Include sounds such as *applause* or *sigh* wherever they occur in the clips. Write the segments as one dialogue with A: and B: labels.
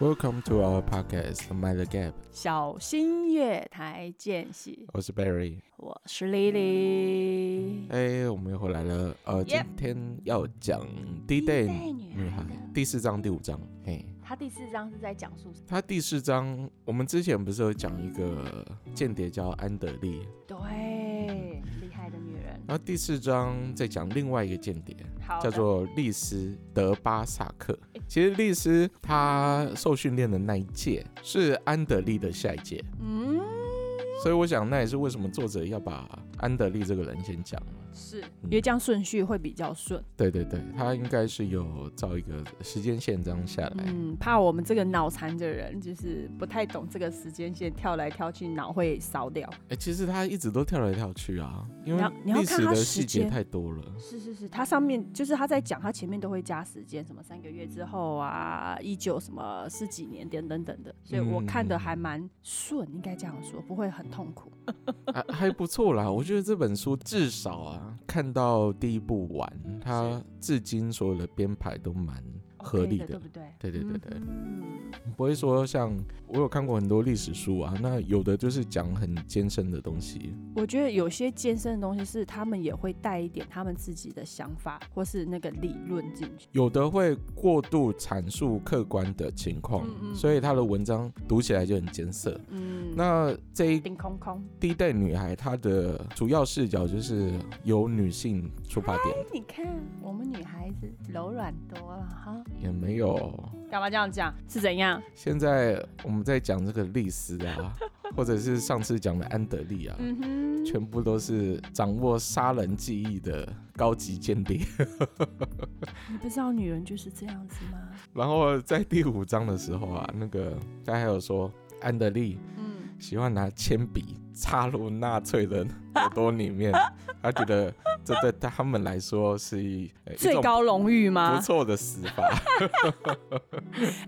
A: Welcome to our podcast, Mind the Gap。
B: 小心月台间隙，
A: 我是 Barry。
B: 我是 Lily。
A: 哎、我们又回来了。呃
B: Yep
A: 今天要讲 D
B: D-Day
A: Day
B: 女
A: 女
B: 孩
A: 孩第四章、第五章。嘿，
B: 他第四章是在讲述什么？
A: 她第四章，我们之前不是有讲一个间谍叫安德利，
B: 对，厉害的女人。
A: 然后第四章在讲另外一个间谍，
B: 好的，
A: 叫做利斯德巴萨克。其实利斯他受训练的那一届是安德利的下一届，
B: 嗯，
A: 所以我想那也是为什么作者要把安德利这个人先讲。
B: 是，因为这样顺序会比较顺。
A: 对对对，他应该是有照一个时间线这样下来。
B: 嗯，怕我们这个脑残的人，就是不太懂这个时间线，跳来跳去，脑会烧掉。
A: 哎、其实他一直都跳来跳去啊，因
B: 你
A: 为
B: 要你要
A: 历
B: 看
A: 史
B: 他
A: 的
B: 时
A: 细节
B: 间
A: 太多了。 *laughs*
B: 是是是，它上面就是他在讲，他前面都会加时间，什么三个月之后啊，依旧什么是几年点等等的，所以我看的还蛮顺，应该这样说，不会很痛苦。
A: 还啊还不错啦，我觉得这本书至少啊，看到第一部完，它至今所有的编排都蛮合理的
B: OK 对。不对？
A: 对对对对，
B: 嗯，
A: 不会说像我有看过很多历史书啊，那有的就是讲很艰深的东西，
B: 我觉得有些健身的东西是他们也会带一点他们自己的想法或是那个理论进去。
A: 有的会过度阐述客观的情况，
B: 嗯嗯
A: 所以他的文章读起来就很艰涩。
B: 嗯，
A: 那这一
B: 顶空空，
A: 第一代女孩，她的主要视角就是由女性出发点，
B: 你看我们女孩子柔软多了哈。
A: 也没有。
B: 干嘛这样讲？是怎样？
A: 现在我们在讲这个丽丝啊，或者是上次讲的安德利啊，
B: 嗯哼，
A: 全部都是掌握杀人技艺的高级间谍。
B: 你不知道女人就是这样子吗？
A: *laughs* 然后在第五章的时候啊，那个他还有说，安德利
B: 嗯。
A: 喜欢拿铅笔插入纳粹的耳朵里面，他觉得这对他们来说是一呃一种
B: 最高荣誉
A: 不
B: 吗？
A: 错的死法。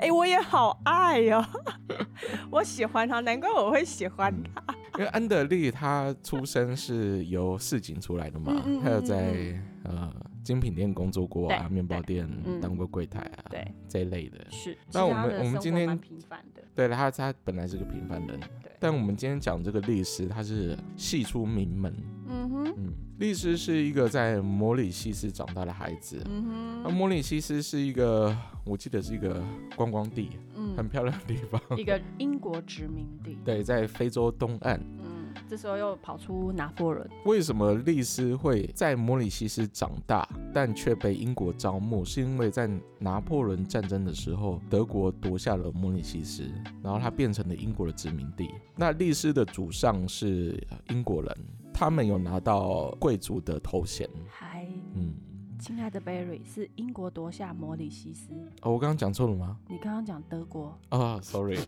B: 哎、我也好爱哟、 *laughs* 我喜欢他，难怪我会喜欢
A: 嗯
B: 他。
A: 因为安德利他出身是由市井出来的嘛，
B: 嗯嗯嗯
A: 他有在呃精品店工作过啊，
B: 对
A: 面包店
B: 嗯
A: 当过柜台啊，
B: 对，
A: 这一类的。
B: 是。
A: 那我们我们今天
B: 平凡的，
A: *laughs* 对，他他本来是个平凡人，
B: 对
A: 但我们今天讲这个律师，他是系出名门。
B: 嗯哼，
A: 嗯，律师是一个在摩里西斯长大的孩子。
B: 嗯
A: 那摩里西斯是一个，我记得是一个观光地，很
B: 嗯，
A: 漂亮的地方。 *laughs*
B: 一个英国殖民地，
A: 对，在非洲东岸。
B: 嗯，这时候又跑出拿破仑，
A: 为什么丽丝会在摩里西斯长大，但却被英国招募？是因为在拿破仑战争的时候，德国夺下了摩里西斯，然后它变成了英国的殖民地。那丽丝的祖上是呃英国人，他们有拿到贵族的头衔。
B: 嗨，
A: 嗯，
B: 亲爱的 Barry，是英国夺下摩里西斯，
A: 哦，我刚刚讲错了吗？
B: 你刚刚讲德国，
A: 啊、s o r r y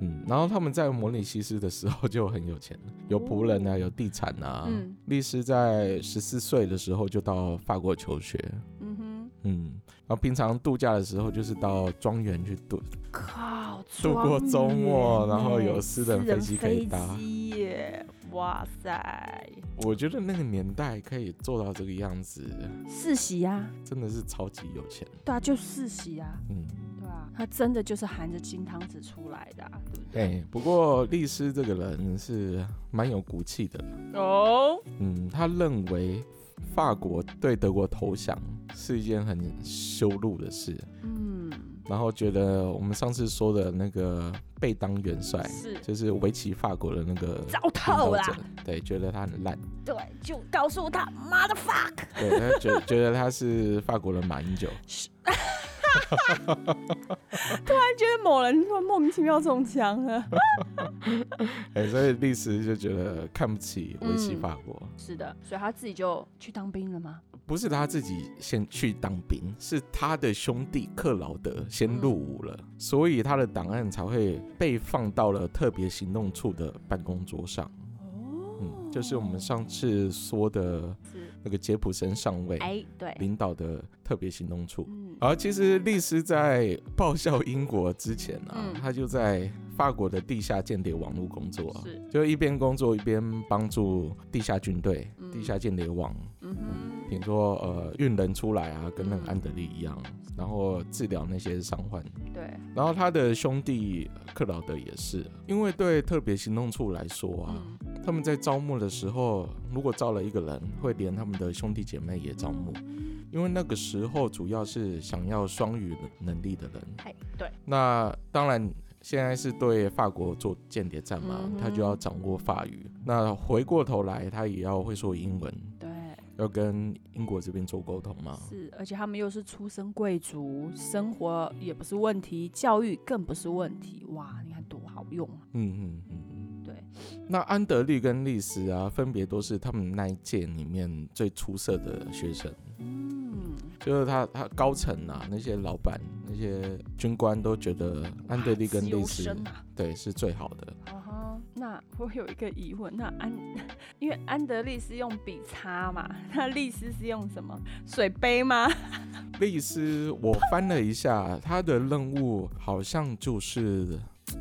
A: 嗯，然后他们在摩里西斯的时候就很有钱了，有仆人啊，有地产啊。
B: 嗯
A: 丽丝在十四岁的时候就到法国求学，
B: 嗯哼，
A: 嗯，然后平常度假的时候就是到庄园去度，
B: 靠，
A: 度过周末
B: 庄园
A: 然后有
B: 欸
A: 私人飞机可以搭
B: 私人飞机耶，哇塞，
A: 我觉得那个年代可以做到这个样子，
B: 世袭啊。
A: 真的是超级有钱，
B: 对啊，就世袭啊，
A: 嗯。
B: 对啊，他真的就是含着金汤匙出来的、啊，对不
A: 哎、不过丽丝这个人是蛮有骨气的，
B: 对？哦，
A: 嗯，他认为法国对德国投降是一件很羞辱的事，
B: 嗯，
A: 然后觉得我们上次说的那个贝当元帅，
B: 是
A: 就是围棋法国的那个
B: 糟
A: 领
B: 透
A: 导
B: 啦
A: 者，，对，觉得他很烂，
B: 对，就告诉他妈的 fuck，
A: 对他觉觉得他是法国的马英九，
B: 他觉得某人突然莫名其妙中枪了。
A: 哎、所以历史就觉得看不起维系
B: 嗯
A: 法国。
B: 是的，所以他自己就去当兵了吗？
A: 不是他自己先去当兵，是他的兄弟克劳德先
B: 嗯
A: 入伍了，所以他的档案才会被放到了特别行动处的办公桌上。
B: 哦
A: 嗯，就是我们上次说的
B: 是，
A: 那个杰普森上尉
B: 哎，对，
A: 领导的特别行动处。
B: 嗯，
A: 而其实丽丝在报效英国之前啊
B: 嗯，
A: 她就在法国的地下间谍网络工作啊，
B: 是，
A: 就一边工作一边帮助地下军队、
B: 嗯
A: 地下间谍网，
B: 嗯哼，
A: 比如说呃运人出来啊，跟那个
B: 嗯
A: 安德利一样，然后治疗那些伤患。
B: 对，
A: 然后他的兄弟克劳德也是，因为对特别行动处来说啊，
B: 嗯，
A: 他们在招募的时候，如果招了一个人，会连他们的兄弟姐妹也招募，因为那个时候主要是想要双语能力的人。
B: 哎，对，
A: 那当然，现在是对法国做间谍战嘛，
B: 嗯哼
A: 他就要掌握法语。那回过头来，他也要会说英文，
B: 对，
A: 要跟英国这边做沟通嘛。
B: 是，而且他们又是出身贵族，生活也不是问题，教育更不是问题。哇，你看多好用啊！
A: 嗯嗯嗯嗯，
B: 对。
A: 那安德利跟丽丝啊，分别都是他们那一届里面最出色的学生。
B: 嗯，
A: 就是他他高层啊，那些老板、那些军官都觉得安德利跟
B: 优
A: 丽丝
B: 生啊。
A: 对是最好的。
B: 啊哈，那我有一个疑问，那安，因为安德利是用笔擦嘛，那丽丝是用什么？水杯吗？
A: 丽丝，我翻了一下，他的任务好像就是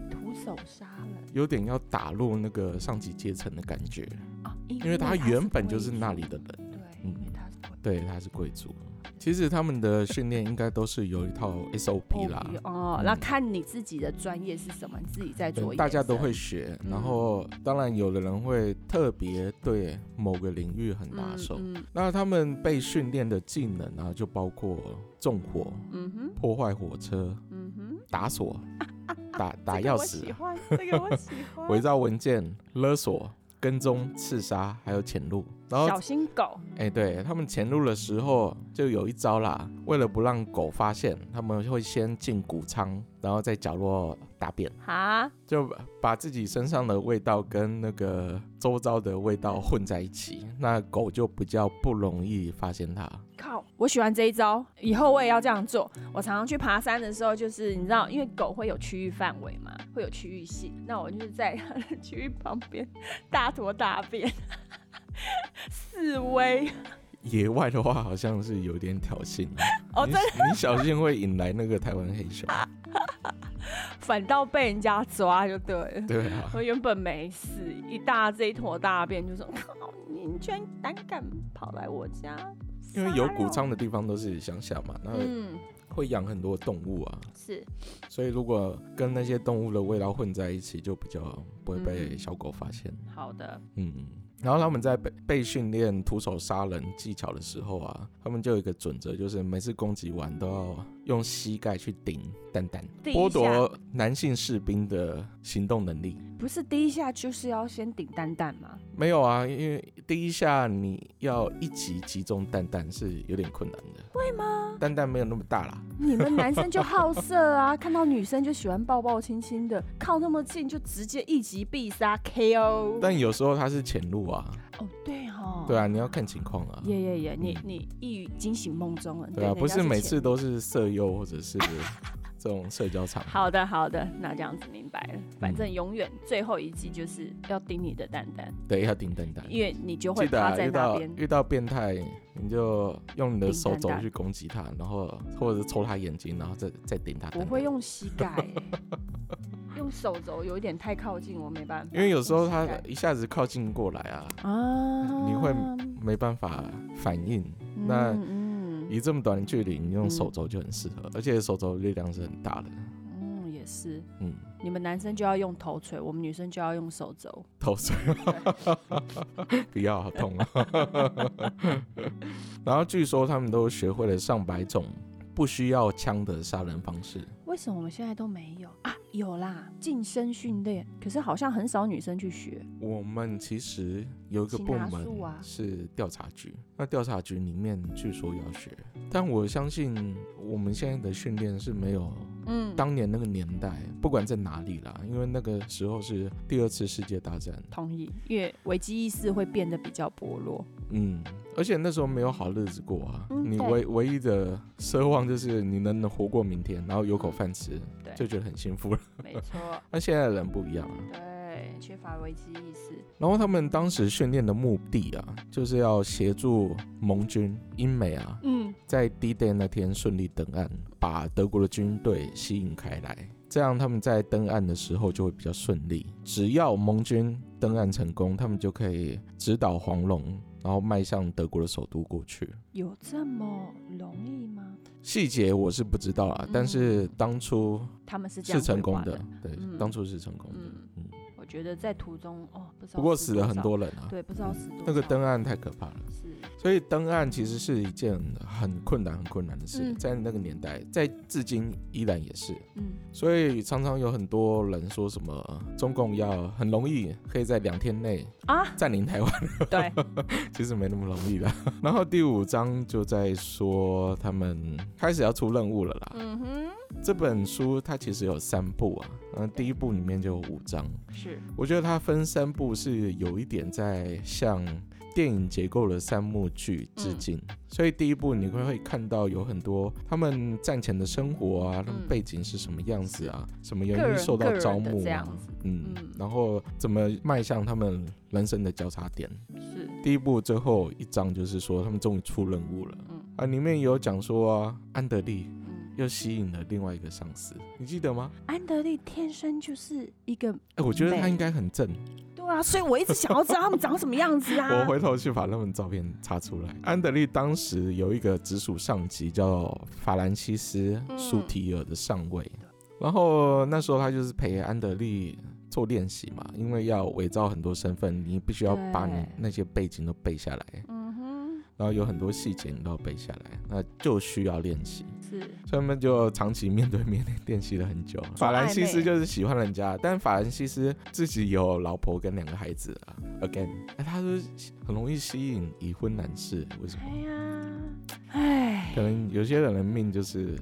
B: 徒手杀人
A: 有点要打入那个上级阶层的感觉，
B: 啊，
A: 因为他原本就是
B: 贵
A: 那
B: 族
A: 里的人，
B: 对，
A: 嗯
B: 因
A: 对，
B: 为他是贵
A: 他是贵族。其实他们的训练应该都是有一套 SOP 啦，
B: 族哦，
A: 嗯
B: 那看你自己的专业是什么，你自己在
A: 对
B: 做。
A: 大家都会，学。
B: 嗯
A: 然后，当然有的人会特别对某个领域很拿
B: 嗯
A: 手，
B: 嗯
A: 那他们被训练的技能啊，就包括纵火、
B: 嗯哼，
A: 破坏火车、
B: 嗯哼。
A: 打
B: *laughs*
A: 锁、打打
B: 这个
A: 钥
B: 我喜
A: 匙、
B: 欢，这个我喜
A: *laughs*
B: 欢。
A: 伪造文件、勒索、跟踪、刺杀，还有潜入。然后
B: *laughs* 小，心狗，
A: 哎、对他们潜入的时候就有一招啦。为了不让狗发现，他们会先进谷仓，然后在角落大便，
B: 哈，
A: 就把自己身上的味道跟那个周遭的味道混在一起，那狗就比较不容易发现它。
B: 靠！我喜欢这一招，以后我也要这样做。我常常去爬山的时候，就是你知道，因为狗会有区域范围嘛，会有区域性，那我就是在 *laughs* 它的区域旁边大坨大便， *laughs* 示威。
A: 野外的话，好像是有点挑衅啊、
B: 哦
A: 你你小心会引来那个台湾黑熊。
B: 反倒被人家抓就对了。
A: 对
B: *laughs*
A: 啊，
B: 我原本没事，一大这一坨大便就说：“靠你，你居然胆敢跑来我家！”
A: 因为有
B: 杀
A: 谷
B: 了，
A: 仓的地方都是乡下嘛，那
B: 嗯，
A: 会养很多动物啊，
B: 是
A: 所以如果跟那些动物的味道混在一起，就比较不会被小狗发现。
B: 好的，
A: 嗯。然后他们在被被训练徒手杀人技巧的时候啊，他们就有一个准则，就是每次攻击完都要用膝盖去顶蛋蛋，
B: 顶一
A: 剥
B: 下
A: 夺男性士兵的行动能力。
B: 不是第一下就是要先顶蛋蛋吗？
A: 没有啊，因为第一下你要一集集中蛋蛋是有点困难的。会吗？蛋蛋没有那么大啦。
B: 你们男生就好色啊， *laughs* 看到女生就喜欢抱抱亲亲的，靠那么近就直接一击必杀 KO。
A: 但有时候它是潜入啊，
B: 哦，对哦，
A: 对，啊，你要看情况啊。
B: 耶耶耶，你
A: 嗯
B: 你一语惊醒梦中了，
A: 对啊，
B: 人家
A: 不是每次
B: 前。
A: 都是色诱或者是这种社交场。
B: 好的好的，那这样子明白了，反
A: 嗯
B: 正永远最后一季就是要盯你的蛋蛋，
A: 对，要顶蛋蛋。
B: 因为你就会
A: 记得、
B: 趴
A: 啊、
B: 在
A: 遇
B: 那
A: 到
B: 边。
A: 遇到变态，你就用你的
B: 顶
A: 手
B: 蛋
A: 肘
B: 蛋
A: 去攻击他，然后或者是抽他眼睛，然后再再顶他蛋
B: 我
A: 蛋。
B: 会用膝盖
A: *laughs*
B: 欸、用手肘有一点太靠近，我没办法。
A: 因为有时候
B: 用膝
A: 他
B: 盖
A: 一下子靠近过来啊，
B: 啊，
A: *laughs* 你会没办法反应。那
B: 嗯嗯
A: 以这么短的距离，你用手肘就很适合，而且手肘力量是很大的。
B: 嗯也是，
A: 嗯，
B: 你们男生就要用头锤，我们女生就要用手肘。
A: 头锤，不要，好痛啊！ *laughs* 然后据说他们都学会了上百种不需要枪的杀人方式。
B: 为什么我们现在都没有啊？有啦，近身训练，可是好像很少女生去学。
A: 我们其实有一个
B: 擒
A: 部
B: 拿术
A: 门
B: 啊
A: 是调查局，那调查局里面据说要学，但我相信我们现在的训练是没有
B: 嗯，
A: 当年那个年代，不管在哪里啦，因为那个时候是第二次世界大战，
B: 同意，因为危机意识会变得比较
A: *laughs*
B: 薄弱。
A: 嗯，而且那时候没有好日子过啊，
B: 嗯
A: 你
B: 对
A: 唯唯一的奢望就是你能能活过明天，然后有口饭吃，
B: 对
A: 就觉得很幸福了。 *laughs*
B: 没错，
A: 那现在的人不一样啊，
B: 对，缺乏危机意识。
A: 然后他们当时训练的目的啊，就是要协助盟军英美啊，
B: 嗯，
A: 在 D Day 那天顺利登岸，把德国的军队吸引开来，这样他们在登岸的时候就会比较顺利。只要盟军登岸成功，他们就可以直捣黄龙，然后迈向德国的首都过去。
B: 有这么容易吗？
A: 细节我是不知道啦，但是当初
B: 他嗯们是这样
A: 是成
B: 规
A: 功
B: 划
A: 的
B: 的。，
A: 对，
B: 嗯
A: 当初是成功的。
B: 嗯
A: 嗯，
B: 我觉得在途中哦，不知道
A: 不过
B: 是
A: 死了很
B: 少，
A: 多人啊，
B: 对，不知道死多少。
A: 那个啊登岸太可怕了。
B: 是
A: 所以登岸其实是一件很困难、很困难的事，
B: 嗯
A: 在那个年代，在至今依然也是。
B: 嗯
A: 所以常常有很多人说什么呃中共要很容易可以在两天内
B: 啊，
A: 占领台湾，
B: 对，
A: *laughs* 其实没那么容易啦。 *laughs* 然后第五章就在说他们开始要出任务了啦。
B: 嗯哼，
A: 这本书它其实有三部啊，嗯，第一部里面就有五章，
B: 是
A: 我觉得它分三部是有一点在向电影结构的三幕剧致敬，
B: 嗯
A: 所以第一部你会会看到有很多他们战前的生活啊，他们
B: 嗯
A: 背景是什么样子啊，什么
B: 个
A: 原因
B: 人
A: 受到
B: 个人
A: 招
B: 的
A: 募
B: 这
A: 啊
B: 样子，
A: 嗯
B: 嗯，
A: 然后怎么迈向他们人生的交叉点。
B: 是，
A: 第一部最后一章就是说他们终于出任务了，
B: 嗯
A: 啊，里面有讲说啊，安德利
B: 嗯，
A: 又吸引了另外一个上司，你记得吗？
B: 安德利天生就是一个，
A: 哎、我觉得他
B: 美
A: 应该很正。
B: 对啊，所以我一直想要知道他们长什么样子啊。
A: *laughs* 我回头去把那份照片查出来。安德利当时有一个直属上级叫法兰西斯·
B: 嗯
A: 舒提尔的上尉，然后那时候他就是陪安德利做练习嘛，因为要伪造很多身份，你必须要把你
B: 对
A: 那些背景都背下来，
B: 嗯哼，
A: 然后有很多细节你都要背下来，那就需要练习。
B: 是
A: 所以他们就长期面对面练习了很久。法兰西斯就是喜欢人家，但法兰西斯自己有老婆跟两个孩子啊。Again，哎他是很容易吸引已婚男士，为什么？
B: 哎呀，哎，
A: 可能有些人的命就是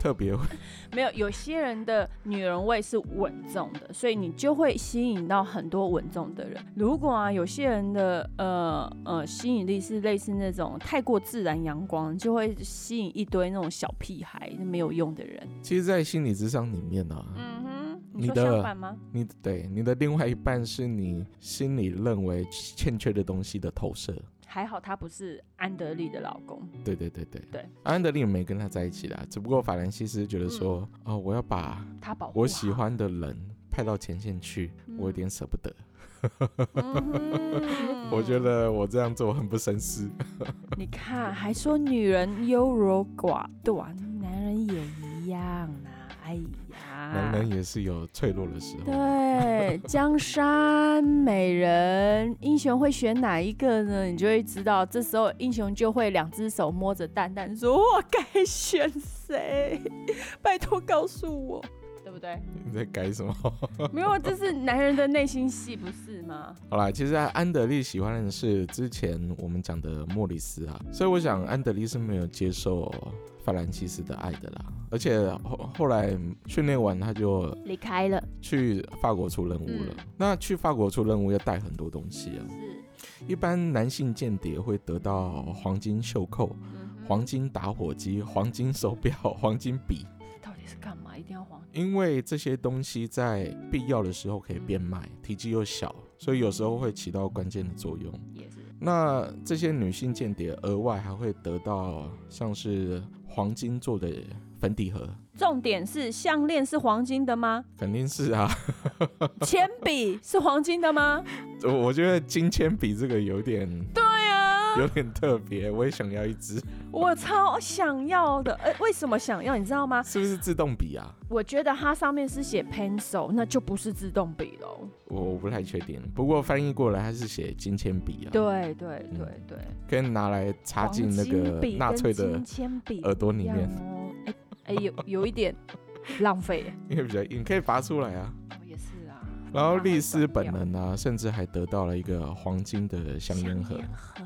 A: 特别会。
B: 没有，有些人的女人味是稳重的，所以你就会吸引到很多稳重的人。如果啊，有些人的呃呃吸引力是类似那种太过自然阳光，就会吸引一堆那种小屁孩、没有用的人。
A: 其实，在心理智商里面呢、
B: 嗯哼，
A: 你
B: 你说
A: 的
B: 相反吗？
A: 你对你的另外一半是你心里认为欠缺的东西的投射。
B: 还好他不是安德利的老公。
A: 对对对对
B: 对，
A: 安德利没跟他在一起啦，只不过法兰西斯觉得说，哦，我要把
B: 他保护
A: 我喜
B: 好，
A: 欢的人派到前线去，我有点舍不得。
B: 嗯
A: 我觉得我这样做很不绅士。
B: 你看，还说女人优柔寡断，男人也一样啊！哎呀，
A: 男人也是有脆弱的时候。
B: 对，江山美人，英雄会选哪一个呢？你就会知道，这时候英雄就会两只手摸着蛋蛋，说：“我该选谁？拜托告诉我，对不对
A: 你在改什么？？” *laughs*
B: 没有，啊这是男人的内心戏，不是吗？
A: 好啦，其实安德利喜欢的是之前我们讲的莫里斯啊，所以我想安德利是没有接受法兰西斯的爱的啦。而且后后来训练完，他就
B: 离开了，
A: 去法国出任务
B: 嗯
A: 了。那去法国出任务要带很多东西啊，
B: 是，
A: 一般男性间谍会得到黄金袖扣，
B: 嗯哼
A: 黄金打火机、黄金手表、 *laughs* 黄金笔，
B: 到底是干嘛？一定要黄？
A: 因为这些东西在必要的时候可以变卖，体积又小，所以有时候会起到关键的作用。
B: 也是，
A: 那这些女性间谍额外还会得到像是黄金做的粉底盒，
B: 重点是项链是黄金的 *laughs* 吗？
A: 肯定是啊。 *laughs*
B: 铅笔是黄金的吗？
A: 我我觉得金铅笔这个有点
B: 对啊。
A: *laughs* 有点特别，我也想要一
B: *laughs*
A: 支，
B: 我超想要的，呃，为什么想要？你知道吗？
A: 是不是自动笔啊？
B: 我觉得它上面是写 pencil，那就不是自动笔喽。
A: 我我不太确定，不过翻译过来它是写金铅笔啊，
B: 对对对对，
A: 可以拿来插进那
B: 黄金
A: 个
B: 笔
A: 纳
B: 跟
A: 粹的
B: 金铅笔
A: 耳朵里
B: 一样
A: 面，
B: 哦。哎哎，有有一点浪费。
A: 因为比较硬，可以拔出来啊。
B: 哦，也是啊。
A: 然后
B: 慢慢
A: 律师
B: 转
A: 本
B: 掉
A: 人啊，甚至还得到了一个黄金的香烟盒。
B: 盒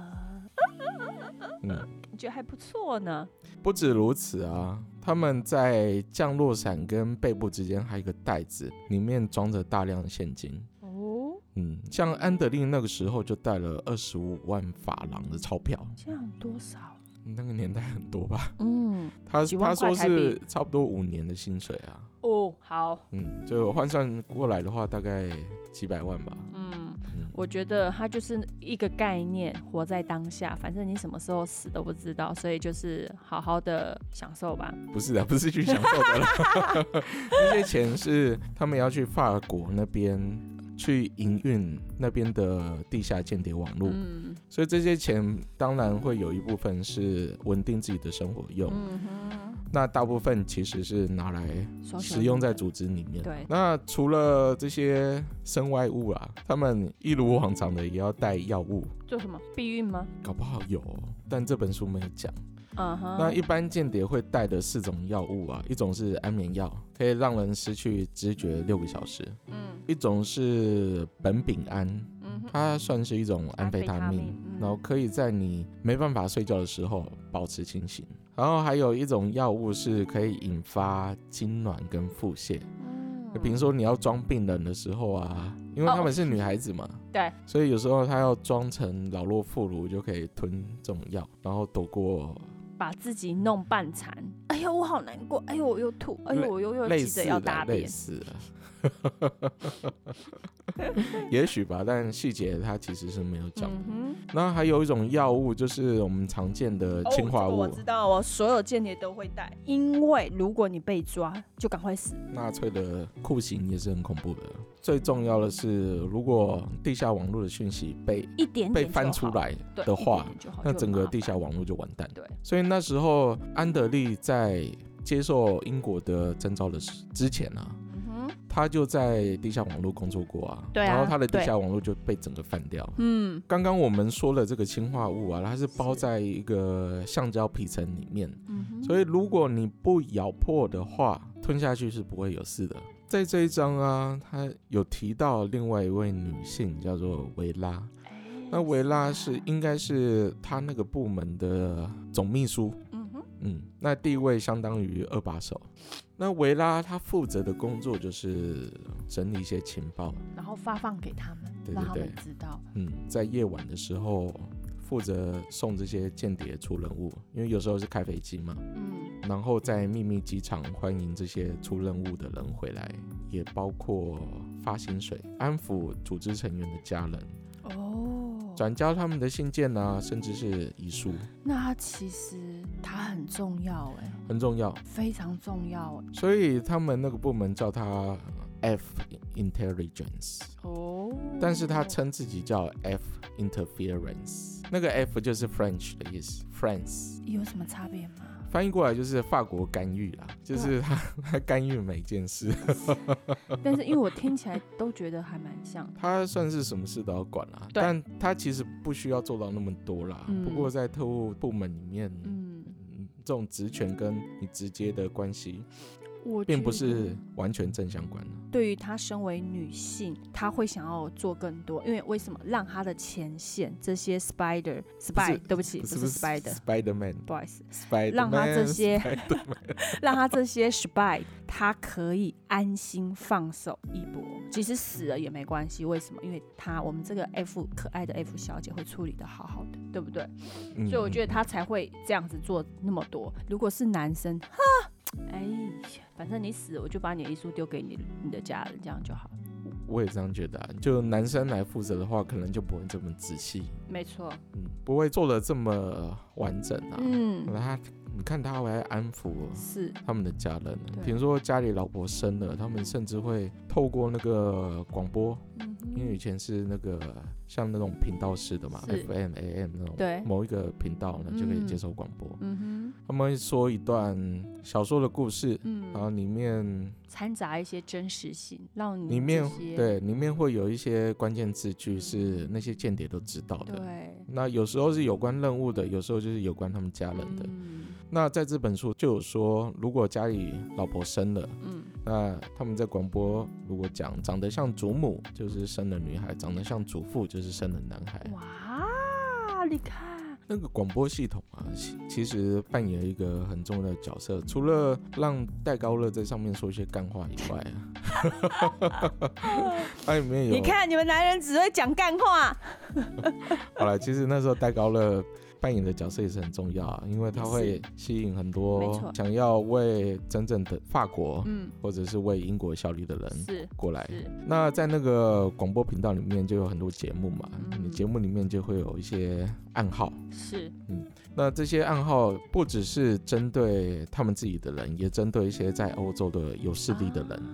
A: 嗯，
B: 感觉还不错呢。
A: 不止如此啊，他们在降落伞跟背部之间还有一个袋子，里面装着大量的现金。
B: 哦，
A: 嗯，像安德利那个时候就带了二十五万法郎的钞票，
B: 这样多少？
A: 嗯那个年代很多吧？
B: 嗯，
A: 他
B: 几万
A: 他
B: 块
A: 说
B: 台
A: 是
B: 币
A: 差不多五年的薪水啊。
B: 哦，好，
A: 嗯，就换算过来的话，大概几百万吧。
B: 嗯，
A: 嗯，
B: 我觉得它就是一个概念，活在当下，反正你什么时候死都不知道，所以就是好好的享受吧。
A: 不是的，啊不是去 *laughs*
B: *laughs*
A: 享受的了。那些钱是他们要去法国那边去营运那边的地下间谍网络，
B: 嗯
A: 所以这些钱当然会有一部分是稳定自己的生活用，
B: 嗯哼，
A: 那大部分其实是拿来
B: 双
A: 使
B: 雄
A: 用在组织里面。
B: 对
A: 那除了这些身外物啊，他们一如往常的也要带药物，
B: 做什么避孕吗？
A: 搞不好有，哦但这本书没有讲。
B: 嗯哼，
A: 那一般间谍会带的四种药物啊，一种是安眠药，可以让人失去知觉六个小时；
B: 嗯
A: 一种是苯丙胺，
B: 嗯哼，
A: 它算是一种安非他命，
B: 嗯
A: 然后可以在你没办法睡觉的时候保持清醒。然后还有一种药物是可以引发痉挛跟腹泻，
B: 嗯
A: 比如说你要装病人的时候啊，因为
B: 哦
A: 她们是女孩子嘛，
B: *laughs* 对，
A: 所以有时候她要装成老弱妇孺就可以吞这种药，然后躲过
B: 把自己弄半残。哎呦，我好难过。哎呦，我又吐。哎
A: 类
B: 呦，我又又
A: 类
B: 急
A: 似
B: 着
A: 的
B: 要大
A: 类
B: 便。
A: 似的， *laughs* 也许吧，但细节它其实是没有讲。
B: 嗯
A: 那还有一种药物就是我们常见的
B: 哼，
A: 氰化物，
B: 哦我知道，我所有间谍都会带，因为如果你被抓，就赶快死。
A: 纳粹的酷刑也是很恐怖的。最重要的是，如果地下网络的讯息被
B: 一点点
A: 被
B: 就
A: 翻
B: 好
A: 出来
B: 对
A: 的
B: 一
A: 话
B: 点点就好
A: 那
B: 就
A: 整个
B: 麻
A: 地下
B: 烦
A: 网络就完蛋。
B: 对，
A: 所以那时候安德利在接受英国的征召的时之前啊，
B: 嗯哼，
A: 他就在地下网络工作过啊，
B: 对啊
A: 然后他的地
B: 对
A: 下网络就被整个翻掉。
B: 嗯，
A: 刚刚我们说了这个氰化物啊，它是包在一个橡胶皮层里面，
B: 嗯哼，
A: 所以如果你不咬破的话，吞下去是不会有事的。在这一章啊，他有提到另外一位女性叫做维拉，那维拉是应该是他那个部门的总秘书，
B: 嗯哼，
A: 嗯，那地位相当于二把手。那维拉她负责的工作就是整理一些情报，
B: 然后发放给他们，
A: 对
B: 让
A: 对
B: 他
A: 对
B: 们知道。
A: 嗯，在夜晚的时候负责送这些间谍出任务，因为有时候是开飞机嘛，
B: 嗯
A: 然后在秘密机场欢迎这些出任务的人回来，也包括发薪水、安抚组织成员的家人、
B: 哦，
A: 转交他们的信件啊，甚至是遗书，
B: 那他其实他很重要哎，
A: 很重要。
B: 非常重要哎。
A: 所以他们那个部门叫他 F Intelligence，
B: 哦，
A: 但是他称自己叫 F Interference，那个 F 就是 French 的意思，France
B: 有什么差别吗？ *laughs*
A: 翻译过来就是法国干预啦，就是他 *laughs* 他干预每件事，
B: 但是因为我听起来都觉得还蛮像。
A: 他算是什么事都要管啦，
B: 对
A: 但他其实不需要做到那么多啦。
B: 嗯
A: 不过在特务部门里面。
B: 嗯，
A: 嗯这种职权跟你直接的关系，
B: 我
A: 并
B: 觉
A: 不
B: 得
A: 是完全正相关的。
B: 对于她身为女性，她会想要做更多，因为为什么让她的前线这些 spider
A: 是
B: spy 对不起，不是 spider，
A: Spiderman，
B: 不好意思，
A: Spider
B: 让他
A: *laughs*
B: 这些让她这些 spy 她可以安心放手一搏，即使死了也没关系。为什么？因为她我们这个 F 可爱的 F 小姐会处理的好好的，对不对？ *laughs*
A: 嗯
B: 所以我觉得他才会这样子做那么多。如果是男生，哈，哎呀，反正你死，我就把你的遗书丢给你你的家人，这样就好。
A: 嗯我也这样觉得、啊，就男生来负责的话，可能就不会这么仔细，
B: 没错，
A: 嗯，不会做的这么呃完整啊。
B: 嗯，
A: 他你看他还安抚
B: 是，
A: 他们的家人啊，
B: 对
A: 比如说家里老婆生了，他们甚至会透过那个广播，
B: 嗯哼
A: 因为以前是那个像那种频道式的嘛
B: 是
A: ，FM、AM 那种，
B: 对
A: 某一个频道呢就可以
B: 嗯
A: 接受广播，
B: 嗯哼，
A: 他们会说一段小说的故事，然后
B: 嗯，
A: 里面
B: 掺杂一些真实性，让你
A: 里面
B: 这些
A: 对里面会有一些关键字句是那些间谍都知道的。
B: 对
A: 那有时候是有关任务的，有时候就是有关他们家人的。
B: 嗯
A: 那在这本书就有说，如果家里老婆生了，
B: 嗯
A: 那他们在广播如果讲长得像祖母，就是生了女孩；长得像祖父，就是生了男孩。
B: 哇，你看，
A: 那个广播系统啊，其其实扮演一个很重要的角色，除了让戴高乐在上面说一些干话以外啊，
B: *laughs*
A: 它里面有
B: 你看你们男人只会讲干话，
A: 好了，其实那时候戴高乐扮演的角色也是很重要啊，因为他会吸引很
B: 没
A: 多
B: 错
A: 想要为真正的法国、
B: 嗯，
A: 或者是为英国效力的人
B: 是
A: 过来。
B: 是，
A: 那在那个广播频道里面就有很多节目嘛，
B: 嗯
A: 你节目里面就会有一些暗号。
B: 是，
A: 那这些暗号不只是针对他们自己的人，也针对一些在欧洲的有势力的人，
B: 啊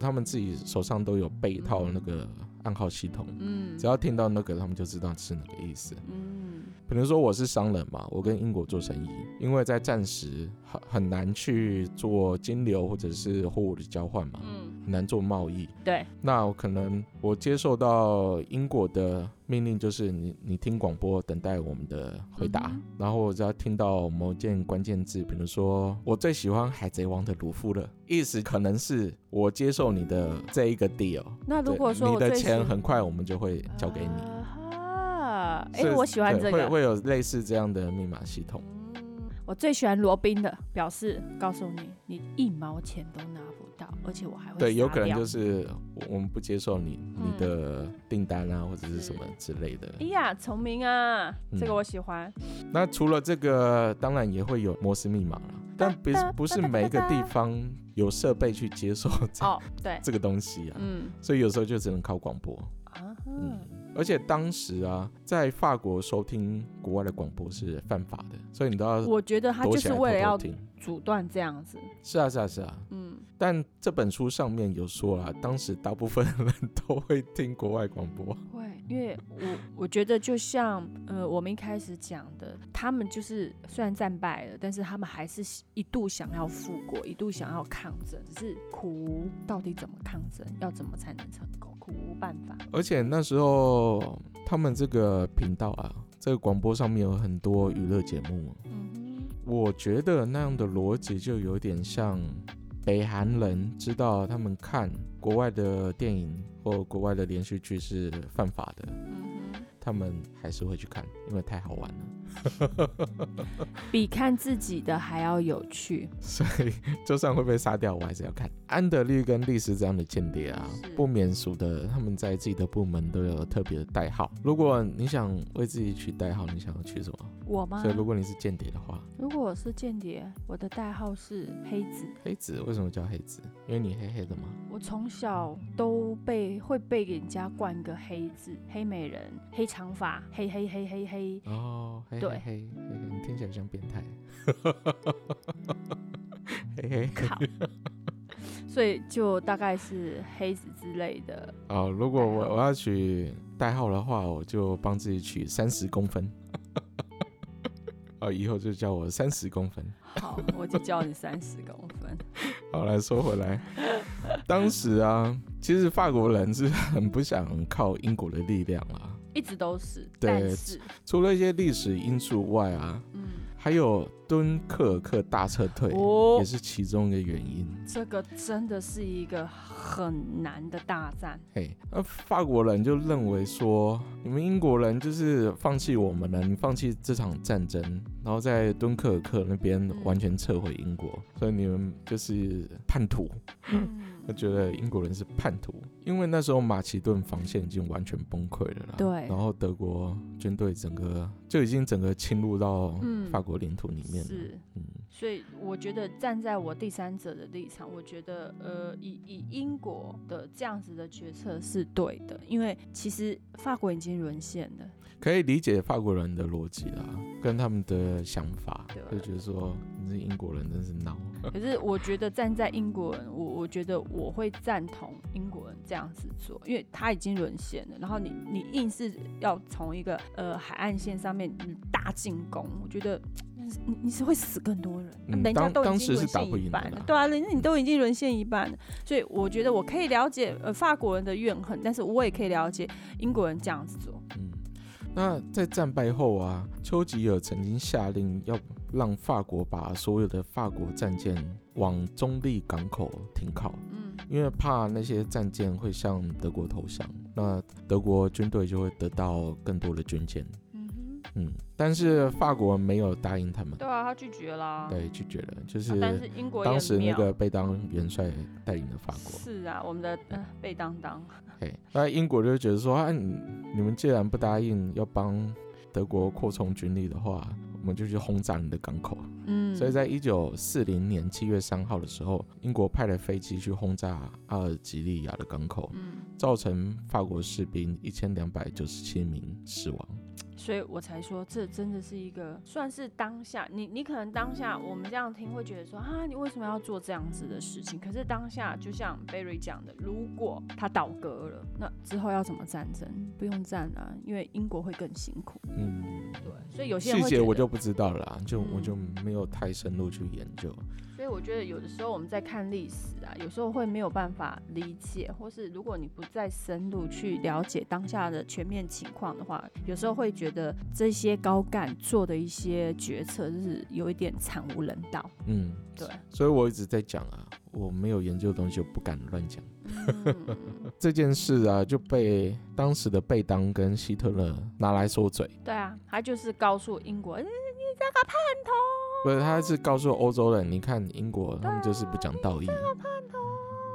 A: 他们自己手上都有备一套那个暗号系统，
B: 嗯
A: 只要听到那个，他们就知道是哪个意思。
B: 嗯
A: 比如说我是商人嘛，我跟英国做生意，因为在战时很很难去做金流或者是货物的交换嘛，
B: 嗯，
A: 很难做贸易。
B: 对，
A: 那我可能我接受到英国的命令，就是你你听广播等待我们的回答，
B: 嗯
A: 然后我只要听到某件关键字，比如说我最喜欢《海贼王》的鲁夫了，意思可能是我接受你的这一个 deal，
B: 那如
A: 对
B: 果说
A: 你
B: 我
A: 的
B: 最
A: 钱
B: 喜
A: 很快我们就会交给你。
B: 啊哈，哎、
A: 是
B: 我喜欢
A: 对
B: 这个。
A: 会会有类似这样的密码系统。
B: 嗯我最喜欢罗宾的，表示告诉你，你一毛钱都拿不到，而且我还会。
A: 对，有可能就是是我我们不接受你
B: 嗯
A: 你的订单啊，或者是什么之类的。
B: 哎呀，聪明啊，这个
A: 嗯
B: 我喜欢。
A: 那除了这个，当然也会有摩斯密码了，但不是不是每一个地方有设备去接受这、
B: 哦，对，
A: 这个东西啊，
B: 嗯
A: 所以有时候就只能靠广播。嗯
B: 啊哈，
A: 而且当时啊，在法国收听国外的广播是犯法的，所以你都要
B: 我觉得他
A: 躲
B: 就
A: 起
B: 是
A: 来
B: 为了
A: 偷偷
B: 要
A: 听。
B: 阻断这样子，
A: 是啊，是啊，是啊。
B: 嗯，
A: 但这本书上面有说啦，当时大部分人都会听国外广播。
B: 会，因为我我觉得就像呃，我们一开始讲的，他们就是虽然战败了，但是他们还是一度想要复国，一度想要抗争，只是苦无到底怎么抗争，要怎么才能成功，苦无办法。
A: 而且那时候他们这个频道啊，这个广播上面有很多娱乐节目，
B: 嗯
A: 我觉得那样的逻辑就有点像北韩人知道他们看国外的电影或国外的连续剧是犯法的，
B: 嗯
A: 他们还是会去看，因为太好玩了。
B: 比看自己的还要有趣。
A: 所以就算会被杀掉，我还是要看。安德利跟历史这样的间谍啊
B: 是，
A: 不免俗的，他们在自己的部门都有特别的代号。如果你想为自己取代号，你想要取什么？
B: 我吗
A: 所？以如果你是间谍的话，
B: 如果我是间谍，我的代号是黑子。
A: 黑子为什么叫黑子？因为你黑黑的嘛。
B: 我从小都被会被人家冠一个黑字，黑美人、黑长发、黑黑黑黑黑。
A: 哦，嘿嘿
B: 对
A: 嘿嘿嘿，你听起来像变态。嘿嘿， *laughs*
B: 靠！所以就大概是黑子之类的。
A: 哦，如果
B: 代号
A: 我我要取代号的话，我就帮自己取三十公分。哦，以后就叫我三十公分。
B: 好，我就叫你三十公分。
A: 好，来说回来，当时啊，其实法国人是很不想靠英国的力量啊，
B: 一直都是，
A: 对
B: 但是，
A: 除了一些历史因素外啊，
B: 嗯，
A: 还有敦刻尔克大撤退、
B: 哦
A: 也是其中一个原因。
B: 这个真的是一个很难的大战。
A: 嘿，那法国人就认为说，你们英国人就是放弃我们了，你放弃这场战争，然后在敦刻尔克那边
B: 嗯
A: 完全撤回英国，所以你们就是叛徒。
B: 嗯
A: 他觉得英国人是叛徒，因为那时候马其顿防线已经完全崩溃了啦。
B: 对
A: 然后德国军队整个就已经整个侵入到
B: 嗯
A: 法国领土里面了。
B: 是，
A: 嗯，
B: 所以我觉得站在我第三者的立场，我觉得呃，以以英国的这样子的决策是对的，因为其实法国已经沦陷了，
A: 可以理解法国人的逻辑啦，跟他们的想法，
B: 对
A: 就觉得说你是英国人真是孬。
B: 可是我觉得站在英国人，我我觉得我会赞同英国人这样子做，因为他已经沦陷了，然后你你硬是要从一个呃海岸线上面嗯大进攻，我觉觉得。嗯你你是会死更多人，
A: 嗯
B: 人家
A: 当
B: 都已
A: 当
B: 经
A: 时是
B: 沦
A: 打
B: 陷
A: 不
B: 一
A: 赢的
B: 半了
A: 啦，
B: 对啊，人家你都已经沦陷一半了，所以我觉得我可以了解呃法国人的怨恨，但是我也可以了解英国人这样子做，
A: 嗯，那在战败后啊，丘吉尔曾经下令要让法国把所有的法国战舰往中立港口停靠。
B: 嗯
A: 因为怕那些战舰会向德国投降，那德国军队就会得到更多的军舰。
B: 嗯哼，
A: 嗯，但是法国没有答应他们，
B: 对啊，他拒绝啦，
A: 对，拒绝了。就
B: 啊但是
A: 是
B: 英国也
A: 当时
B: 很
A: 那
B: 妙
A: 个贝当元帅带领的法国，
B: 是啊，我们的呃被当当，
A: 嘿，那英国就觉得说啊，你你们既然不答应要帮德国扩充军力的话，我们就去轰炸你的港口。
B: 嗯，
A: 所以在一九四零年七月三号的时候，英国派了飞机去轰炸阿尔及利亚的港口。
B: 嗯。
A: 造成法国士兵一千两百九十七名死亡。
B: 所以我才说这真的是一个算是当下，你你可能当下我们这样听会觉得说啊，你为什么要做这样子的事情？可是当下就像 Barry 讲的，如果他倒戈了，那之后要怎么战争？不用战啊，因为英国会更辛苦。
A: 嗯，
B: 对，所以有些人
A: 细
B: 会
A: 节
B: 觉
A: 我
B: 得
A: 就不知道了啦，就我
B: 嗯
A: 就没有太深入去研究。
B: 所以我觉得有的时候我们在看历史啊，有时候会没有办法理解，或是如果你不再深入去了解当下的全面情况的话，有时候会觉得这些高干做的一些决策就是有一点惨无人道。
A: 嗯，
B: 对，
A: 所以我一直在讲啊，我没有研究的东西，我不敢乱讲。
B: 嗯，
A: *laughs* 这件事啊，就被当时的贝当跟希特勒拿来说嘴，
B: 对啊，他就是告诉英国，嗯你这个叛徒，
A: 不是，他是告诉欧洲人，你看英国他们就是不讲道义，
B: 啊叛徒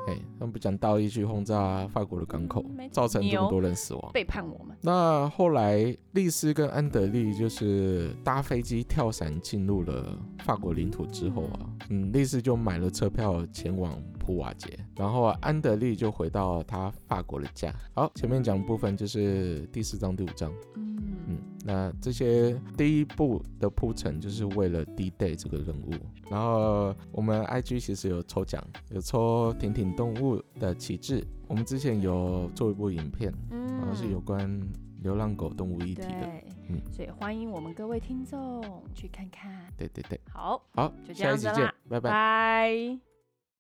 A: 哎，他们不讲道义去轰炸法国的港口
B: 嗯没，
A: 造成这么
B: 牛
A: 多人死亡。
B: 背叛我们。
A: 那后来，利斯跟安德利就是搭飞机跳伞进入了法国领土之后啊，嗯，利斯就买了车票前往普瓦捷，然后啊安德利就回到他法国的家。好，前面讲的部分就是第四章、第五章，嗯
B: 嗯，，
A: 那这些第一步的铺陈就是为了 D Day 这个任务，然后我们 IG 其实有抽奖，有抽挺挺动物的旗帜，我们之前有做一部影片。
B: 嗯
A: 然后是有关流浪狗动物议题的。
B: 对
A: 嗯，
B: 所以欢迎我们各位听众去看看。
A: 对对对，
B: 好，
A: 好，
B: 就这
A: 下一
B: 样
A: 集
B: 子
A: 见
B: 啦，
A: 拜拜。
B: 拜。